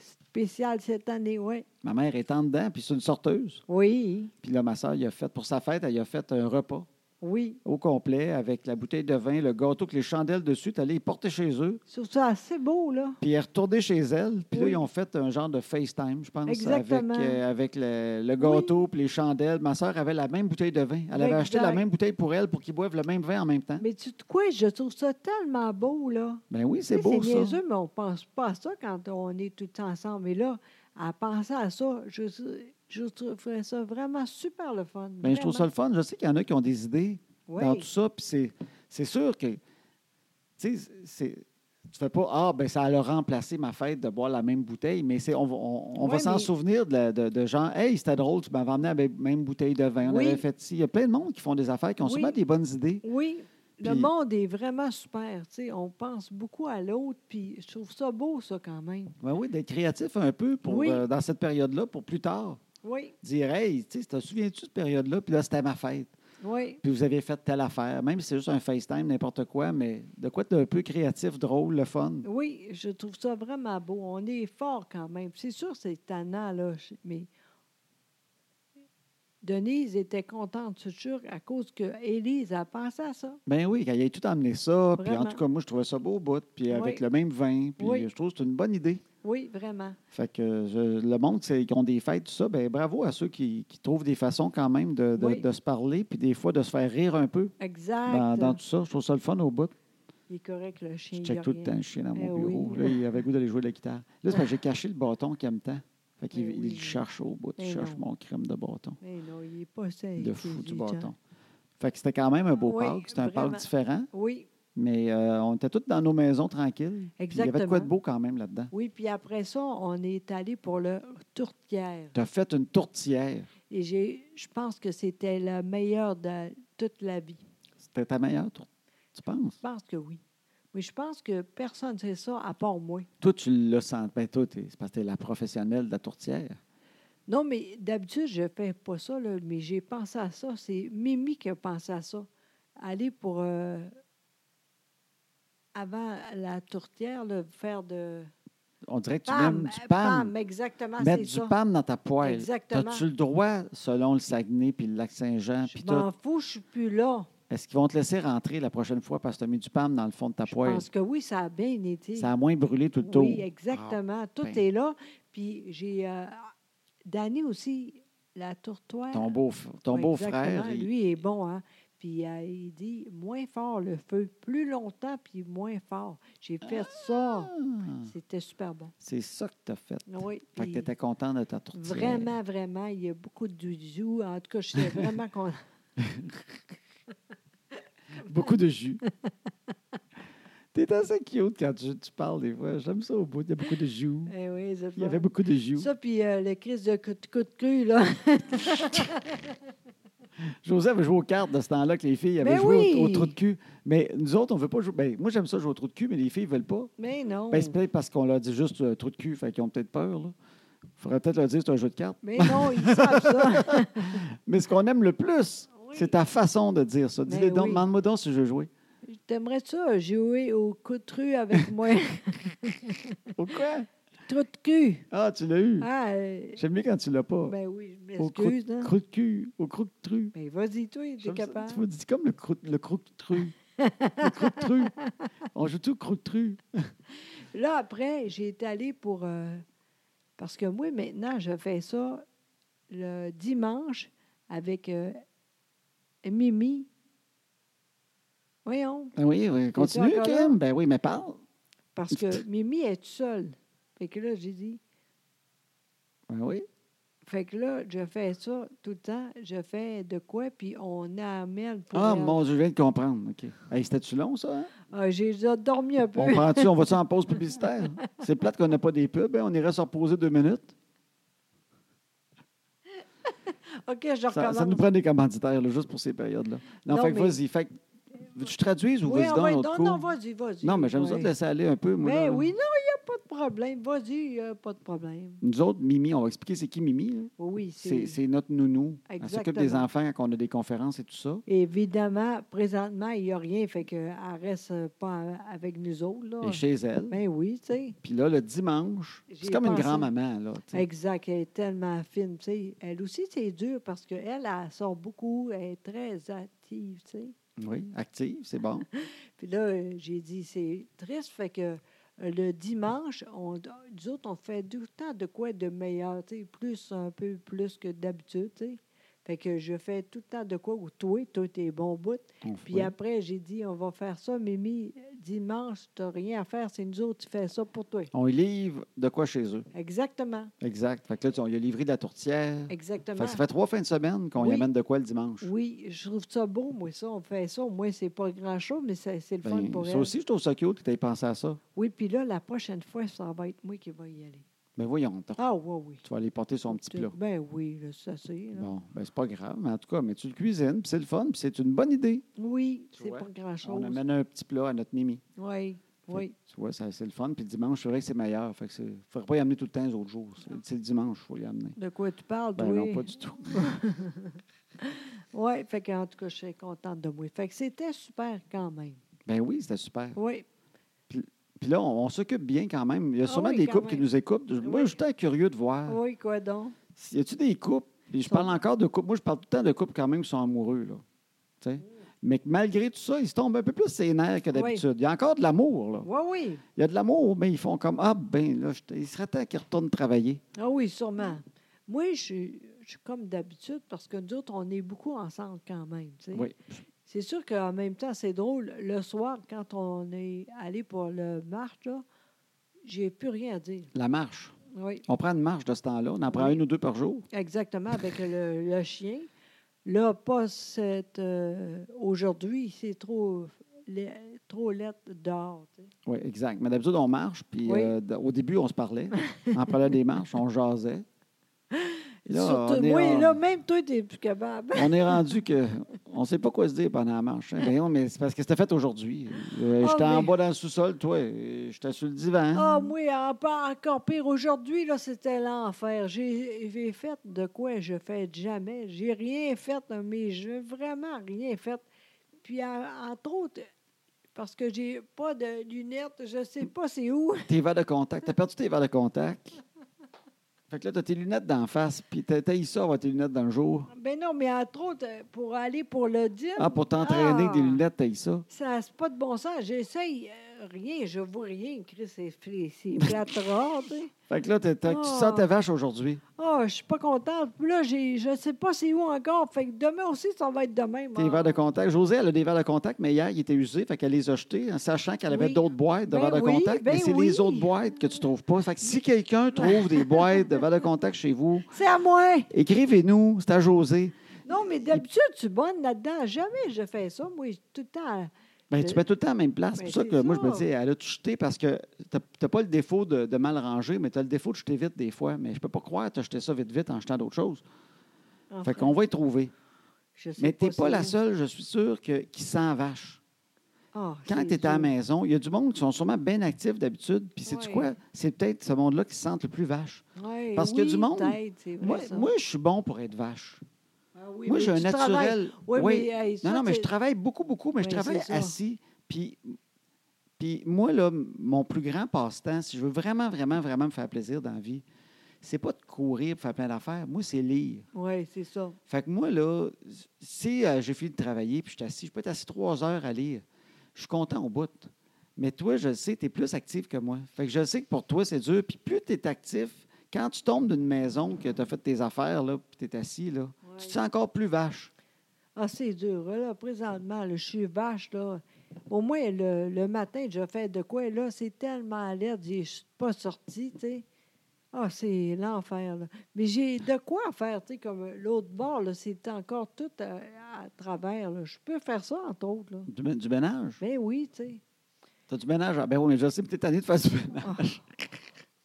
spécial cette année, oui. Ma mère est en dedans, puis c'est une sorteuse. Oui, Puis là, ma soeur, elle a fait, pour sa fête, elle a fait un repas oui. au complet avec la bouteille de vin, le gâteau, avec les chandelles dessus. Elle allée les porter chez eux. Je trouve ça assez beau, là. Puis elle est retournée chez elle. Puis là, Oui. ils ont fait un genre de FaceTime, je pense, Exactement. avec, euh, avec le, le gâteau, puis les chandelles. Ma soeur avait la même bouteille de vin. Elle avait acheté la Exact. même bouteille pour elle pour qu'ils boivent le même vin en même temps. Mais tu sais quoi, je trouve ça tellement beau, là. Ben oui, Tu c'est sais, beau, C'est ça. niaiseux, mais on ne pense pas à ça quand on est tous ensemble. Mais là, à penser à ça, je, je trouverais ça vraiment super le fun. Bien, Ben, je trouve ça le fun. Je sais qu'il y en a qui ont des idées oui. dans tout ça. Puis c'est, c'est sûr que. Tu sais, c'est, Tu fais pas Ah, ben ça a remplacé ma fête de boire la même bouteille, mais c'est, on, va- on- on va Ouais, s'en mais- souvenir de, la- de- de gens. Hey, c'était drôle, tu m'avais amené la be- même bouteille de vin. On Oui. avait fait ci. Il y a plein de monde qui font des affaires, qui ont Oui. souvent des bonnes idées. Oui, le Puis- monde est vraiment super. tu sais, On pense beaucoup à l'autre, puis je trouve ça beau, ça, quand même. Ben oui, d'être créatif un peu pour, Oui. euh, dans cette période-là, pour plus tard. Oui, Dire, hey, tu sais, te souviens-tu de cette période-là? Puis là, c'était ma fête. oui. Puis vous avez fait telle affaire. Même si c'est juste un FaceTime, n'importe quoi, mais de quoi d'un peu créatif, drôle, le fun. Oui, je trouve ça vraiment beau. On est fort quand même. C'est sûr, c'est tannant, là, je- mais Denise était contente, c'est sûr, à cause que Élise a pensé à ça. Ben oui, qu'elle ait tout emmené ça. Puis en Vraiment. tout cas, moi, je trouvais ça beau au bout. Puis avec Oui. le même vin. Puis Oui. je trouve que c'est une bonne idée. Oui, vraiment. Fait que je- le monde c'est- qui ont des fêtes, tout ça, ben bravo à ceux qui, qui trouvent des façons quand même de, de- Oui. de se parler, puis des fois de se faire rire un peu Exact. dans, Ben, dans tout ça. Je trouve ça le fun au bout. Il est correct, le chien. Je il check a tout le rien. temps le chien dans mon Eh oui. bureau. Là, il avait goût d'aller jouer de la guitare. Là, c'est parce que j'ai caché le bâton qu'il aime tant. Fait qu'il Eh il oui. le cherche au bout. Il Eh cherche non. mon crème de bâton. Mais non, il n'est pas ça. De fou du intelligent. bâton. Fait que c'était quand même un beau Oui, parc. C'était un vraiment. parc différent. Oui, Mais euh, on était tous dans nos maisons tranquilles. Puis Il y avait de quoi de Exactement. beau quand même là-dedans. oui. Puis après ça, on est allé pour le tourtière. Tu as fait une tourtière. Et j'ai, je pense que c'était la meilleure de toute la vie. C'était ta meilleure tour. Tu penses? Je pense que oui. Mais je pense que personne ne sait ça à part moi. Toi, tu le sens. Ben, toi, t'es- c'est parce que tu es la professionnelle de la tourtière. Non, mais d'habitude, je ne fais pas ça, là, mais j'ai pensé à ça. C'est Mimi qui a pensé à ça. Aller pour. euh, avant la tourtière, là, faire de. On dirait que tu Pam, aimes du euh, pam. exactement, Mettre c'est du ça. pam dans ta poêle. Exactement. As-tu le droit, selon le Saguenay puis le Lac-Saint-Jean? puis Je tout, m'en fous, je suis plus là. Est-ce qu'ils vont te laisser rentrer la prochaine fois parce que tu as mis du pam dans le fond de ta Je poêle? pense que oui, ça a bien été. Ça a moins brûlé tout le tour. Oui, exactement. Tout ben. est là. Puis j'ai. euh, Danny aussi, la tourtoise. Ton beau, ton Ouais, beau exactement. frère, il- Lui est bon, hein? Puis euh, il dit moins fort le feu, plus longtemps, puis moins fort. J'ai fait ça. Ah, C'était super bon. c'est ça que tu as fait. Oui. Fait que puis tu étais content de ta tourtière. vraiment, vraiment, il y a beaucoup de zou. En tout cas, je sais vraiment qu'on. Beaucoup de jus. T'es assez cute quand tu, tu parles des fois. J'aime ça au bout. Il y a beaucoup de jus. Eh oui, c'est Il y bon. avait beaucoup de jus. Ça, puis euh, le crise de coup de, coup de cru, là. Joseph avait joué aux cartes de ce temps-là que les filles avaient Ben joué au- oui! au, trou de cul. Mais nous autres, on veut pas jouer. ben, moi, j'aime ça jouer au trou de cul, mais les filles veulent pas. Mais non. Ben, c'est peut-être parce qu'on leur dit juste euh, trou de cul, fait qu'ils ont peut-être peur. Il faudrait peut-être leur dire que c'est un jeu de cartes. Mais non, ils savent ça. Mais ce qu'on aime le plus, Oui. c'est ta façon de dire ça. Dis-le Ben donc, oui. demande-moi donc si je veux jouer. T'aimerais ça jouer au coup de cru avec moi? Pourquoi? Trou de cul. Ah, tu l'as eu. Ah, euh, J'aime mieux quand tu l'as pas. ben oui, je au trou m'excuse. hein. de cul, au crou de cru. Mais vas-y, toi, t'es J'aime ça. capable. Tu me dis comme le crou le croûtru. le croûtru. On joue tout croûtru. Là, après, j'ai été allée pour. euh, parce que moi, maintenant, je fais ça le dimanche avec euh, Mimi. Voyons, Ah oui, oui, continue, encore là? Kim. Ben oui, mais parle. parce que Mimi est toute seule. Fait que là, j'ai dit. Ben oui. Fait que là, je fais ça tout le temps. Je fais de quoi, puis on amène pour. euh, Ah, elle. mon Dieu, je viens de comprendre. OK. Hey, C'était-tu long, ça? hein? Ah, j'ai déjà dormi un peu. On prend-tu, on va-tu en pause publicitaire? C'est plate qu'on n'a pas des pubs. hein? On irait se reposer deux minutes. OK, je Ça, recommence. ça nous prend des commanditaires, là, juste pour ces périodes-là. Non, Non, fait que mais- vas-y. Fait que, veux-tu traduises ou Oui, vas-y on dans va- notre non, non, cours? vas-y, vas-y. Non, mais j'aime ça Ouais. te laisser aller un peu. Moi, Ben là. oui, non, il n'y a pas de problème. Vas-y, il n'y a pas de problème. Nous autres, Mimi, on va expliquer c'est qui Mimi. là. Oui, C'est c'est. c'est notre nounou. Elle s'occupe des Exactement. enfants quand on a des conférences et tout ça. Évidemment, présentement, il n'y a rien, fait qu'elle ne reste euh, pas a- avec nous autres. Là. Et chez elle. Ben oui, tu sais. Puis là, le dimanche, c'est J'ai comme une pensé. grand-maman. là, tu sais. Exact, elle est tellement fine, tu sais. Elle aussi, c'est dur parce qu'elle, elle elle sort beaucoup, elle est très active, tu sais. Oui, active, c'est bon. Puis là, euh, j'ai dit, c'est triste, fait que euh, le dimanche, on, nous autres, on fait tout le temps de quoi de meilleur, tu sais, plus, un peu plus que d'habitude, tu sais. Fait que je fais tout le temps de quoi ou toi, toi, t'es bon bout. On Puis fait- après, j'ai dit, on va faire ça, Mimi, dimanche, t'as rien à faire, c'est nous autres, tu fais ça pour toi. on livre de quoi chez eux. Exactement, Exact. Fait que là, tu- on lui a livré de la tourtière. Fait exactement. que ça fait trois fins de semaine qu'on lui Oui. amène de quoi le dimanche. Oui, je trouve ça beau, moi, ça, on fait ça. Au moins, c'est pas grand-chose, mais ça- c'est le Ben, fun pour ça elle. aussi, je trouve ça cute que tu aies pensé à ça. Oui, puis là, la prochaine fois, ça va être moi qui va y aller. Mais Ben, voyons, t'as- Ah, oui, oui. tu vas aller porter son petit plat. Ben oui, là, ça c'est. là. Bon, ben c'est pas grave, mais en tout cas, mais tu le cuisines, puis c'est le fun, puis c'est une bonne idée. Oui, Tu c'est vois, pas On grand-chose. amène un petit plat à notre Mimi. Oui, Fait oui. que, Tu vois, ça, c'est le fun. Puis le dimanche, c'est vrai que c'est meilleur. Fait que c'est... faudrait pas y amener tout le temps les autres jours. C'est, c'est le dimanche, faut y amener. De quoi tu parles, Ah. Ben toi? non, pas du tout. Oui, fait que, en tout cas, je suis contente de moi. Fait que c'était super quand même. Ben oui, c'était super. Oui, Puis là, on, on s'occupe bien quand même. Il y a Ah sûrement oui, des quand couples qui même. nous écoutent. Moi, Oui. je suis tant curieux de voir. oui, quoi donc? S- Y a-tu des couples? Puis je Sont- parle encore de couples. Moi, je parle tout le temps de couples quand même qui sont amoureux, là. Tu sais? Mais que malgré tout ça, ils se tombent un peu plus ses nerfs que Mm. Oui. d'habitude. Il y a encore de l'amour, là. Oui, oui. Il y a de l'amour, mais ils font comme Ah, ben là, je- il serait temps qu'ils retournent travailler. Ah oui, sûrement. Moi, je suis je suis comme d'habitude parce que nous autres, on est beaucoup ensemble quand même. tu sais. Oui. C'est sûr qu'en même temps, c'est drôle. Le soir, quand on est allé pour le marche, là, j'ai plus rien à dire. La marche. Oui, On prend une marche de ce temps-là. On en prend Oui. une ou deux par jour. exactement, avec le, le chien. Là, pas cette. euh, Aujourd'hui, c'est trop, lai- trop lettre dehors. tu sais. Oui, exact. Mais d'habitude, on marche, puis Oui. euh, d- au début, on se parlait. on parlait des marches, on jasait. Là, Surtout, on, est, moi, en- là, même toi, tu n'es plus capable. on est rendu que on sait pas quoi se dire pendant la marche. hein. Ben non, mais c'est parce que c'était fait aujourd'hui. Euh, Ah, j'étais en mais- bas dans le sous-sol, toi. euh, J'étais sur le divan. Ah, moi, en- pas encore pire. Aujourd'hui, là, c'était l'enfer. J'ai j'ai fait de quoi je fais jamais. J'ai rien fait, là, mais j'ai vraiment rien fait. Puis, en- entre autres, parce que j'ai pas de lunettes, je sais pas c'est où. Tes verres de contact. T'as perdu tes verres de contact. Fait que là, t'as tes lunettes d'en face, puis t'as t'as eu ça avoir tes lunettes dans le jour. Ben non, mais entre autres, pour aller pour le dire, Ah, pour t'entraîner avec des Ah! lunettes, t'as eu ça. ça c'est pas de bon sens. J'essaye euh, rien, je vois rien. Chris, c'est fri- c'est plate rare, tu sais. Fait que là, t'as- t'as- tu Ah! sens ta vache aujourd'hui. Ah, je suis pas contente. Puis là, j'ai- je sais pas c'est où encore. Fait que demain aussi, ça va être demain. Tes verres de contact. José, elle a des verres de contact, mais hier, ils étaient usés. Fait qu'elle les a jetés, en sachant qu'elle avait Oui. d'autres boîtes de Ben verres de oui, contact. mais ben c'est oui. les autres boîtes que tu trouves pas. Fait que si quelqu'un trouve des boîtes de verres de contact chez vous, C'est à moi! écrivez-nous. C'est à José. Non, mais d'habitude, tu es bonne là-dedans. Jamais je fais ça. Moi, tout le temps. Ben, Je- tu mets tout le temps à la même place. Ben, C'est pour ça que c'est moi, je me ça. dis, elle a tout jeté parce que t'as t'as pas le défaut de, de mal ranger, mais tu as le défaut de jeter vite des fois. Mais je peux pas croire que tu as jeté ça vite, vite en jetant d'autres choses. en Fait fait, qu'on va y trouver. je sais Mais tu pas si- la seule, je suis sûr, que, qui s'en vache. Ah, Quand c'est tu es à la sûr. maison, il y a du monde qui sont sûrement bien actifs d'habitude. Puis, sais-tu Ouais. quoi? C'est peut-être ce monde-là qui se sent le plus vache. Ouais, parce qu'il y a oui, du monde. peut-être, c'est vrai, Moi, ça. moi, je suis bon pour être vache. Ah oui, moi, mais j'ai un tu travailles. naturel. Oui, Oui. mais, hey, ça, non, non, mais je c'est- travaille beaucoup, beaucoup, mais je Oui, travaille c'est ça. assis. Puis, puis moi, là, m- mon plus grand passe-temps, si je veux vraiment, vraiment, vraiment me faire plaisir dans la vie, c'est pas de courir pour faire plein d'affaires. Moi, c'est lire. Oui, c'est ça. Fait que moi, là, si euh, j'ai fini de travailler puis je suis assis, je peux être assis trois heures à lire. Je suis content au bout. Mais toi, je le sais, tu es plus actif que moi. Fait que je sais que pour toi, c'est dur. Puis plus tu es actif, quand tu tombes d'une maison que tu as fait tes affaires, là, puis tu es assis, là, tu te sens encore plus vache. Ah, c'est dur. Là, présentement, là, je suis vache. Là. Au moins, le, le matin, je fais de quoi? Là, c'est tellement l'air, je suis pas sortie, tu sais. Ah, c'est l'enfer, là. Mais j'ai de quoi faire, tu sais, comme l'autre bord, là, c'est encore tout euh, à, à travers, là. Je peux faire ça, entre autres, là. Du, mé- du ménage. Ben oui, tu sais. Tu as du ménage. Ah, ben oui, mais je sais, peut-être tanné de faire du ménage.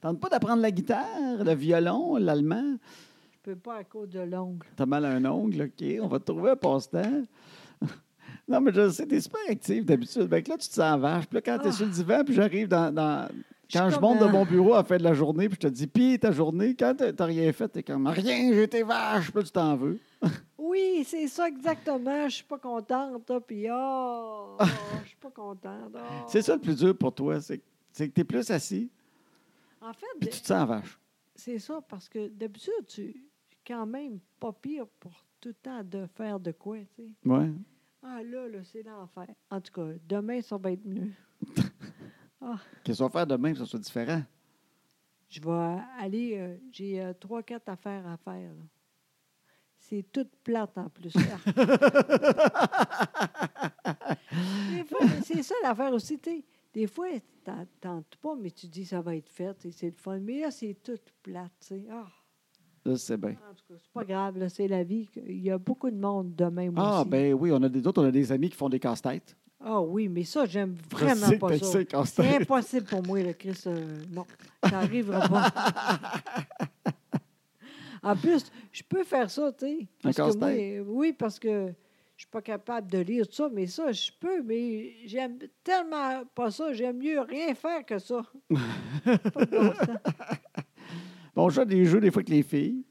Tente pas d'apprendre la guitare, le violon, l'allemand. Je peux pas à cause de l'ongle. T'as mal à un ongle, OK, on va te trouver un passe-temps. non, mais je sais, t'es super active d'habitude. Ben que là, tu te sens vache. Puis là, quand t'es Ah. sur le divan, puis j'arrive dans, dans- Je Quand suis je comme monte de un- mon bureau à la fin de la journée, puis je te dis, pis ta journée, quand t'as t'as rien fait, t'es comme, rien, j'étais vache, puis là, tu t'en veux. Oui, c'est ça exactement. Je suis pas contente, là, puis ah, je suis pas contente. ah. C'est ça le plus dur pour toi, c'est que- c'est que t'es plus assis, En fait, puis tu te sens vache. C'est ça, parce que d'habitude, tu quand même pas pire pour tout le temps de faire de quoi, tu sais. Ouais. Ah là, là, c'est l'enfer. En tout cas, demain, ça va être mieux. Qu'est-ce qu'on va faire demain pour que ça soit différent? je vais aller, euh, j'ai euh, trois, quatre affaires à faire. là. C'est toute plate en plus. Des fois, c'est ça l'affaire aussi, tu sais. Des fois, t'en- t'entends pas, mais tu dis ça va être fait, tu sais, c'est le fun. Mais là, c'est toute plate, tu sais. Ah, Là, c'est bien. en tout cas, c'est pas grave, là, c'est la vie. Il y a beaucoup de monde demain, moi Ah, aussi. ben oui, on a des autres, on a des amis qui font des casse-têtes. Ah oui, mais ça, j'aime Je vraiment sais que pas t'as ça. essayé C'est casse-tête. impossible pour moi, le Chris. euh, non, ça n'arrivera pas. en plus, je peux faire ça, tu sais. parce que moi, casse-tête? euh, Oui, parce que je suis pas capable de lire tout ça, mais ça, je peux, mais j'aime tellement pas ça, j'aime mieux rien faire que ça. Pas de bon sens. Bon, on joue à des jeux des fois avec les filles.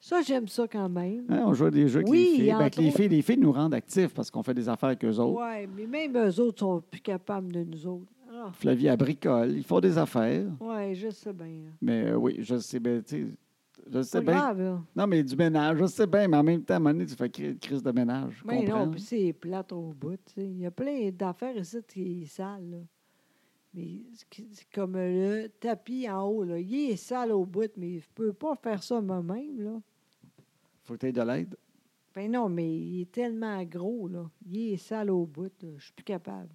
Ça, j'aime ça quand même. hein, on joue à des jeux avec Oui, les filles. Ben, avec entre les autres. filles, les filles nous rendent actifs parce qu'on fait des affaires avec eux autres. Oui, mais même eux autres sont plus capables de nous autres. Ah, Flavie, elle bricole. Ils font des affaires. oui, je sais bien. là. Mais euh, oui, je sais bien, tu sais, je sais Pas bien. grave, là. Non, mais du ménage, je sais bien, mais en même temps, à un moment donné, tu fais cri- une crise de ménage. Je Mais comprends. non, puis c'est plate au bout. tu sais. Il y a plein d'affaires ici qui est sale. là. Mais ce qui- c'est comme le tapis en haut. Là. Il est sale au bout, mais je peux pas faire ça moi-même. Là. Faut que tu aies de l'aide. Ben non, mais il est tellement gros. Là. Il est sale au bout. là. Je suis plus capable.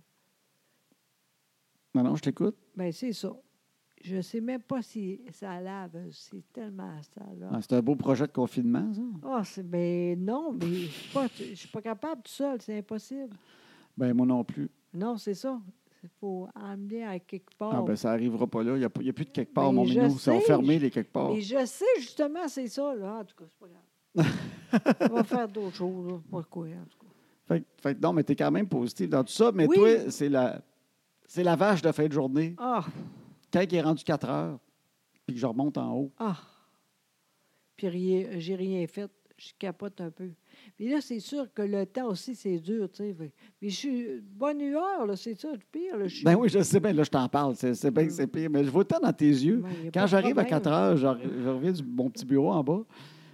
Non, non, je t'écoute. Ben c'est ça. Je sais même pas si ça lave. C'est tellement sale. là. Ah, c'est un beau projet de confinement, ça. Ah, c'est, ben non, mais je suis pas- je suis pas capable tout seul. C'est impossible. Ben, moi non plus. Non, c'est ça. Il faut emmener à quelque part. Ah, ben, ça n'arrivera pas là. Il n'y a, pas- il y a plus de quelque part, Oh. Ben, mon je minou. sais, C'est fermé, les quelque part. Mais je sais justement, c'est ça, là. En tout cas, c'est pas grave. On va faire d'autres choses, là. Pourquoi, en tout cas. Fait, que- fait que non, mais t'es quand même positif dans tout ça. Mais Oui. toi, c'est la, c'est la vache de fin de journée. Ah, Quand il est rendu 4 heures, puis que je remonte en haut. ah. Puis rien- j'ai rien fait. Je capote un peu. Mais là, c'est sûr que le temps aussi, c'est dur, tu sais. fait- Mais je suis bonne humeur, là. C'est ça le pire, là. Je suis- Mm. Ben oui, je sais bien, là, je t'en parle. C'est, c'est bien que c'est pire. Mais je vois tant dans tes yeux. Ben, y a pas Quand de j'arrive à problème. 4 heures, je je reviens du mon petit bureau en bas,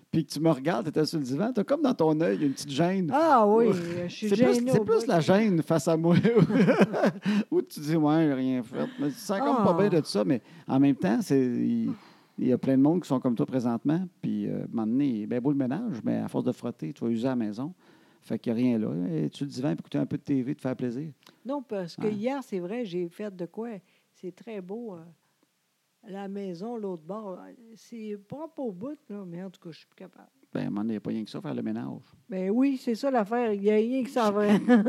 puis que tu me regardes, tu étais sur le divan, tu comme dans ton œil une petite gêne. Ah oui, je suis c'est plus, gênée c'est au plus bout. la gêne face à moi. Où tu dis, ouais, j'ai rien fait. Mais tu te sens comme pas Ah. bien de tout ça, mais en même temps, c'est. Il, il y a plein de monde qui sont comme toi présentement. Puis, euh, à un moment donné, il est bien beau le ménage, mais à force de frotter, tu vas user à la maison. Fait qu'il n'y a rien là. Et tu le divan, puis écouter un peu de TV, te faire plaisir. Non, parce que Ouais. hier, c'est vrai, j'ai fait de quoi? C'est très beau. euh, la maison, l'autre bord. C'est propre au bout, là. Mais en tout cas, je suis plus capable. Ben, à un moment donné, il n'y a pas rien que ça, faire le ménage. Ben oui, c'est ça l'affaire. Il n'y a rien qui s'en va.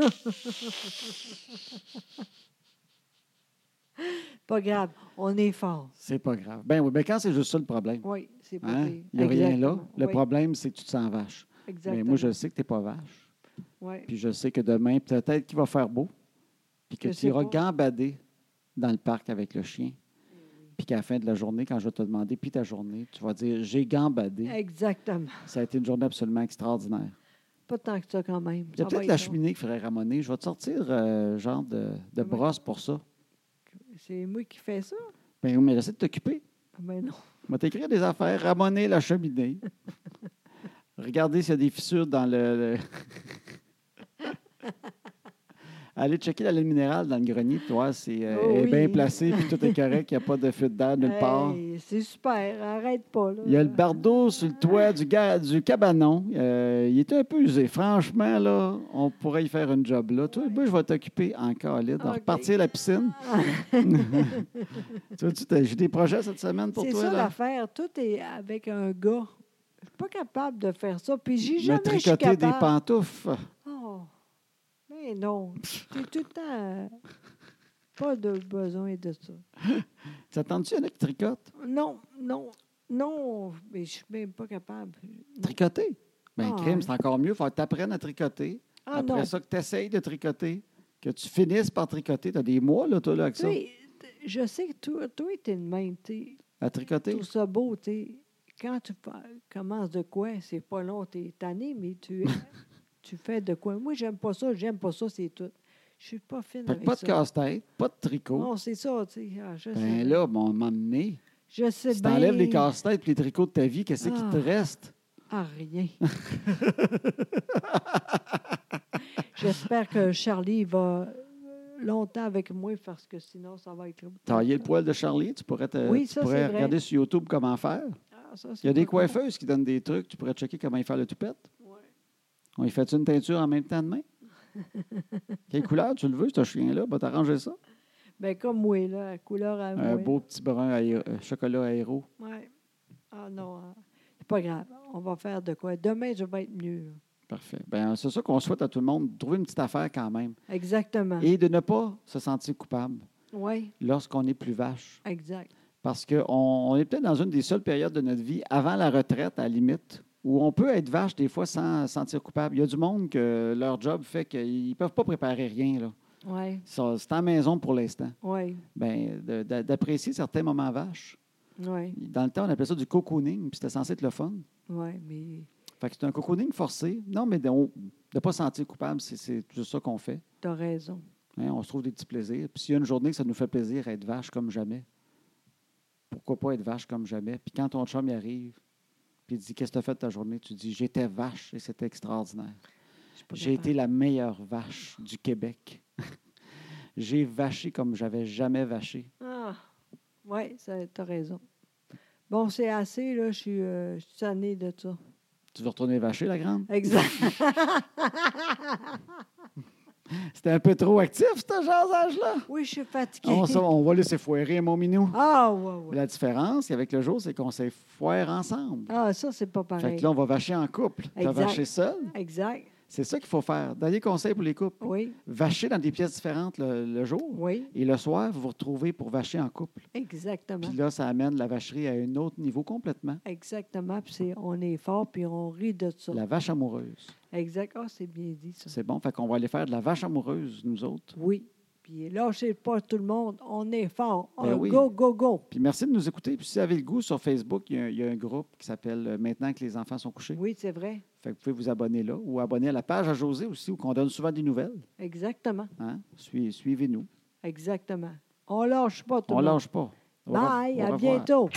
pas grave. On est fort. C'est pas grave. Ben oui, ben quand c'est juste ça le problème. Oui, c'est pas hein, pire. Il n'y a rien là. Exactement. Le Oui, problème, c'est que tu te sens vache. Exactement. Mais moi, je sais que tu n'es pas vache. Ouais. Puis je sais que demain, peut-être qu'il va faire beau. Puis que Je tu sais iras pas. gambader dans le parc avec le chien. Puis qu'à la fin de la journée, quand je vais te demander, puis ta journée, tu vas dire, j'ai gambadé. Exactement. Ça a été une journée absolument extraordinaire. Pas tant que ça quand même. Ah ben Il y Ça a Ah va peut-être la être long. cheminée qu'il faudrait ramonner. Je vais te sortir euh, genre de, de Oui. brosse pour ça. C'est moi qui fais ça? Ben oui, mais j'essaie de t'occuper. Ah Ben non. Je vais t'écrire des affaires, ramonner la cheminée. Regardez s'il y a des fissures dans le. le- Allez checker la lune minérale dans le grenier, toi, c'est euh, Oh est bien oui. placé, puis tout est correct, il n'y a pas de fuite d'air nulle part. Hey, c'est super. Arrête pas. Là. Il y a le bardeau sur le toit du, ga- du cabanon. Euh, il était un peu usé. Franchement, là, on pourrait y faire une job là. Toi, moi, je vais t'occuper encore, là, de OK. repartir la piscine. tu vois, tu t'as- j'ai des projets cette semaine pour C'est toi. ça là. l'affaire. Tout est avec un gars. Je suis pas capable de faire ça. Puis j'ai Me jamais je suis tricoter des capable. pantoufles. Oh, mais non. J'ai tout le temps euh, pas de besoin de ça. T'attends-tu, il y en a qui tricotent? Non, non, non, mais je suis même pas capable. Tricoter? Bien, Ah, Ben, crime, ouais. c'est encore mieux. Il faut que tu apprennes à tricoter. Ah Après non, ça, que tu essayes de tricoter. Que tu finisses par tricoter. Tu as des mois, là, toi, là, avec tu ça. sais, t- je sais que toi, toi t'es le même, tu À tricoter. tout ça beau, tu sais. Quand tu fa- commences de quoi, c'est pas long, t'es tanné, mais tu, euh, tu fais de quoi. Moi, j'aime pas ça, j'aime pas ça, c'est tout. Je suis pas fine Fait que avec pas de ça. casse-tête, pas de tricot. Non, c'est ça, tu sais. ah, je sais. Ben là, mon m'emmener. je sais Si t'enlèves les bien. casse-têtes et les tricots de ta vie, qu'est-ce qui te Ah. reste? Ah, rien. J'espère que Charlie va euh, longtemps avec moi parce que sinon, ça va être. Tailler le poil de Charlie, tu pourrais, te- Oui, tu ça, pourrais c'est vrai. regarder sur YouTube comment faire. Ah, ça, c'est Il y a des pas grave. coiffeuses qui donnent des trucs. Tu pourrais checker comment ils font le toupette. Ouais. On y fait une teinture en même temps demain? Quelle couleur tu le veux, ce chien-là? Va t'arranger ça. Ben, comme moi, là, la couleur à moi. Un beau petit brun aéro- euh, chocolat aéro. Ouais. Ah non, hein. c'est pas grave. On va faire de quoi. Demain, je vais être mieux. Parfait. Ben, c'est ça qu'on souhaite à tout le monde, de trouver une petite affaire quand même. là. Exactement. Et de ne pas se sentir coupable Oui, lorsqu'on est plus vache. exact. Parce qu'on on est peut-être dans une des seules périodes de notre vie, avant la retraite à la limite, où on peut être vache des fois sans se sentir coupable. Il y a du monde que leur job fait qu'ils ne peuvent pas préparer rien. Là. Oui, Ça, C'est en maison pour l'instant. oui, Ben, de- de- d'apprécier certains moments vaches. oui, Dans le temps, on appelait ça du cocooning, puis c'était censé être le fun. oui, mais Fait que c'est un cocooning forcé. Non, mais de ne pas se sentir coupable, c'est- c'est juste ça qu'on fait. t'as raison. Hein, on se trouve des petits plaisirs. Puis s'il y a une journée que ça nous fait plaisir, être vache comme jamais, pourquoi pas être vache comme jamais? Puis quand ton chum y arrive, puis il dit Qu'est-ce que tu as fait de ta journée? Tu dis J'étais vache et c'était extraordinaire. Je suis pas J'ai capable. été la meilleure vache du Québec. J'ai vaché comme j'avais jamais vaché. Ah, oui, t'as raison. Bon, c'est assez, là. Je suis euh, je suis tannée de ça. Tu veux retourner vacher, la grande? Exact. C'était un peu trop actif, ce jasage-là. Oui, je suis fatiguée. On, s'en- on va laisser foirer, mon minou. Ah, ouais, ouais. La différence avec le jour, c'est qu'on s'est foire ensemble. Ah, ça, c'est pas Fait pareil. que là, on va vacher en couple. Tu Exact. vaché seul. Exact. C'est ça qu'il faut faire. Dernier conseil pour les couples. Oui, Vacher dans des pièces différentes le, le jour. oui, Et le soir, vous vous retrouvez pour vacher en couple. exactement. Puis là, ça amène la vacherie à un autre niveau complètement. Exactement. Puis c'est- on est fort, puis on rit de ça. La vache amoureuse. Exact. Ah, c'est bien dit, ça. C'est bon. Fait qu'on va aller faire de la vache amoureuse, nous autres. Oui. Puis lâchez pas tout le monde. On est fort. Ben On- oui. Go, go, go. Puis merci de nous écouter. Puis si vous avez le goût, sur Facebook, il y a un, il y a un groupe qui s'appelle euh, Maintenant que les enfants sont couchés. Oui, c'est vrai. Fait que vous pouvez vous abonner là ou abonner à la page à José aussi, où on donne souvent des nouvelles. Exactement. hein. Sui- Suivez-nous. Exactement. On lâche pas tout On le monde. lâche pas. Au revoir- Bye. au À revoir. bientôt.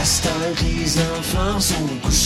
À ce temps que les enfants sont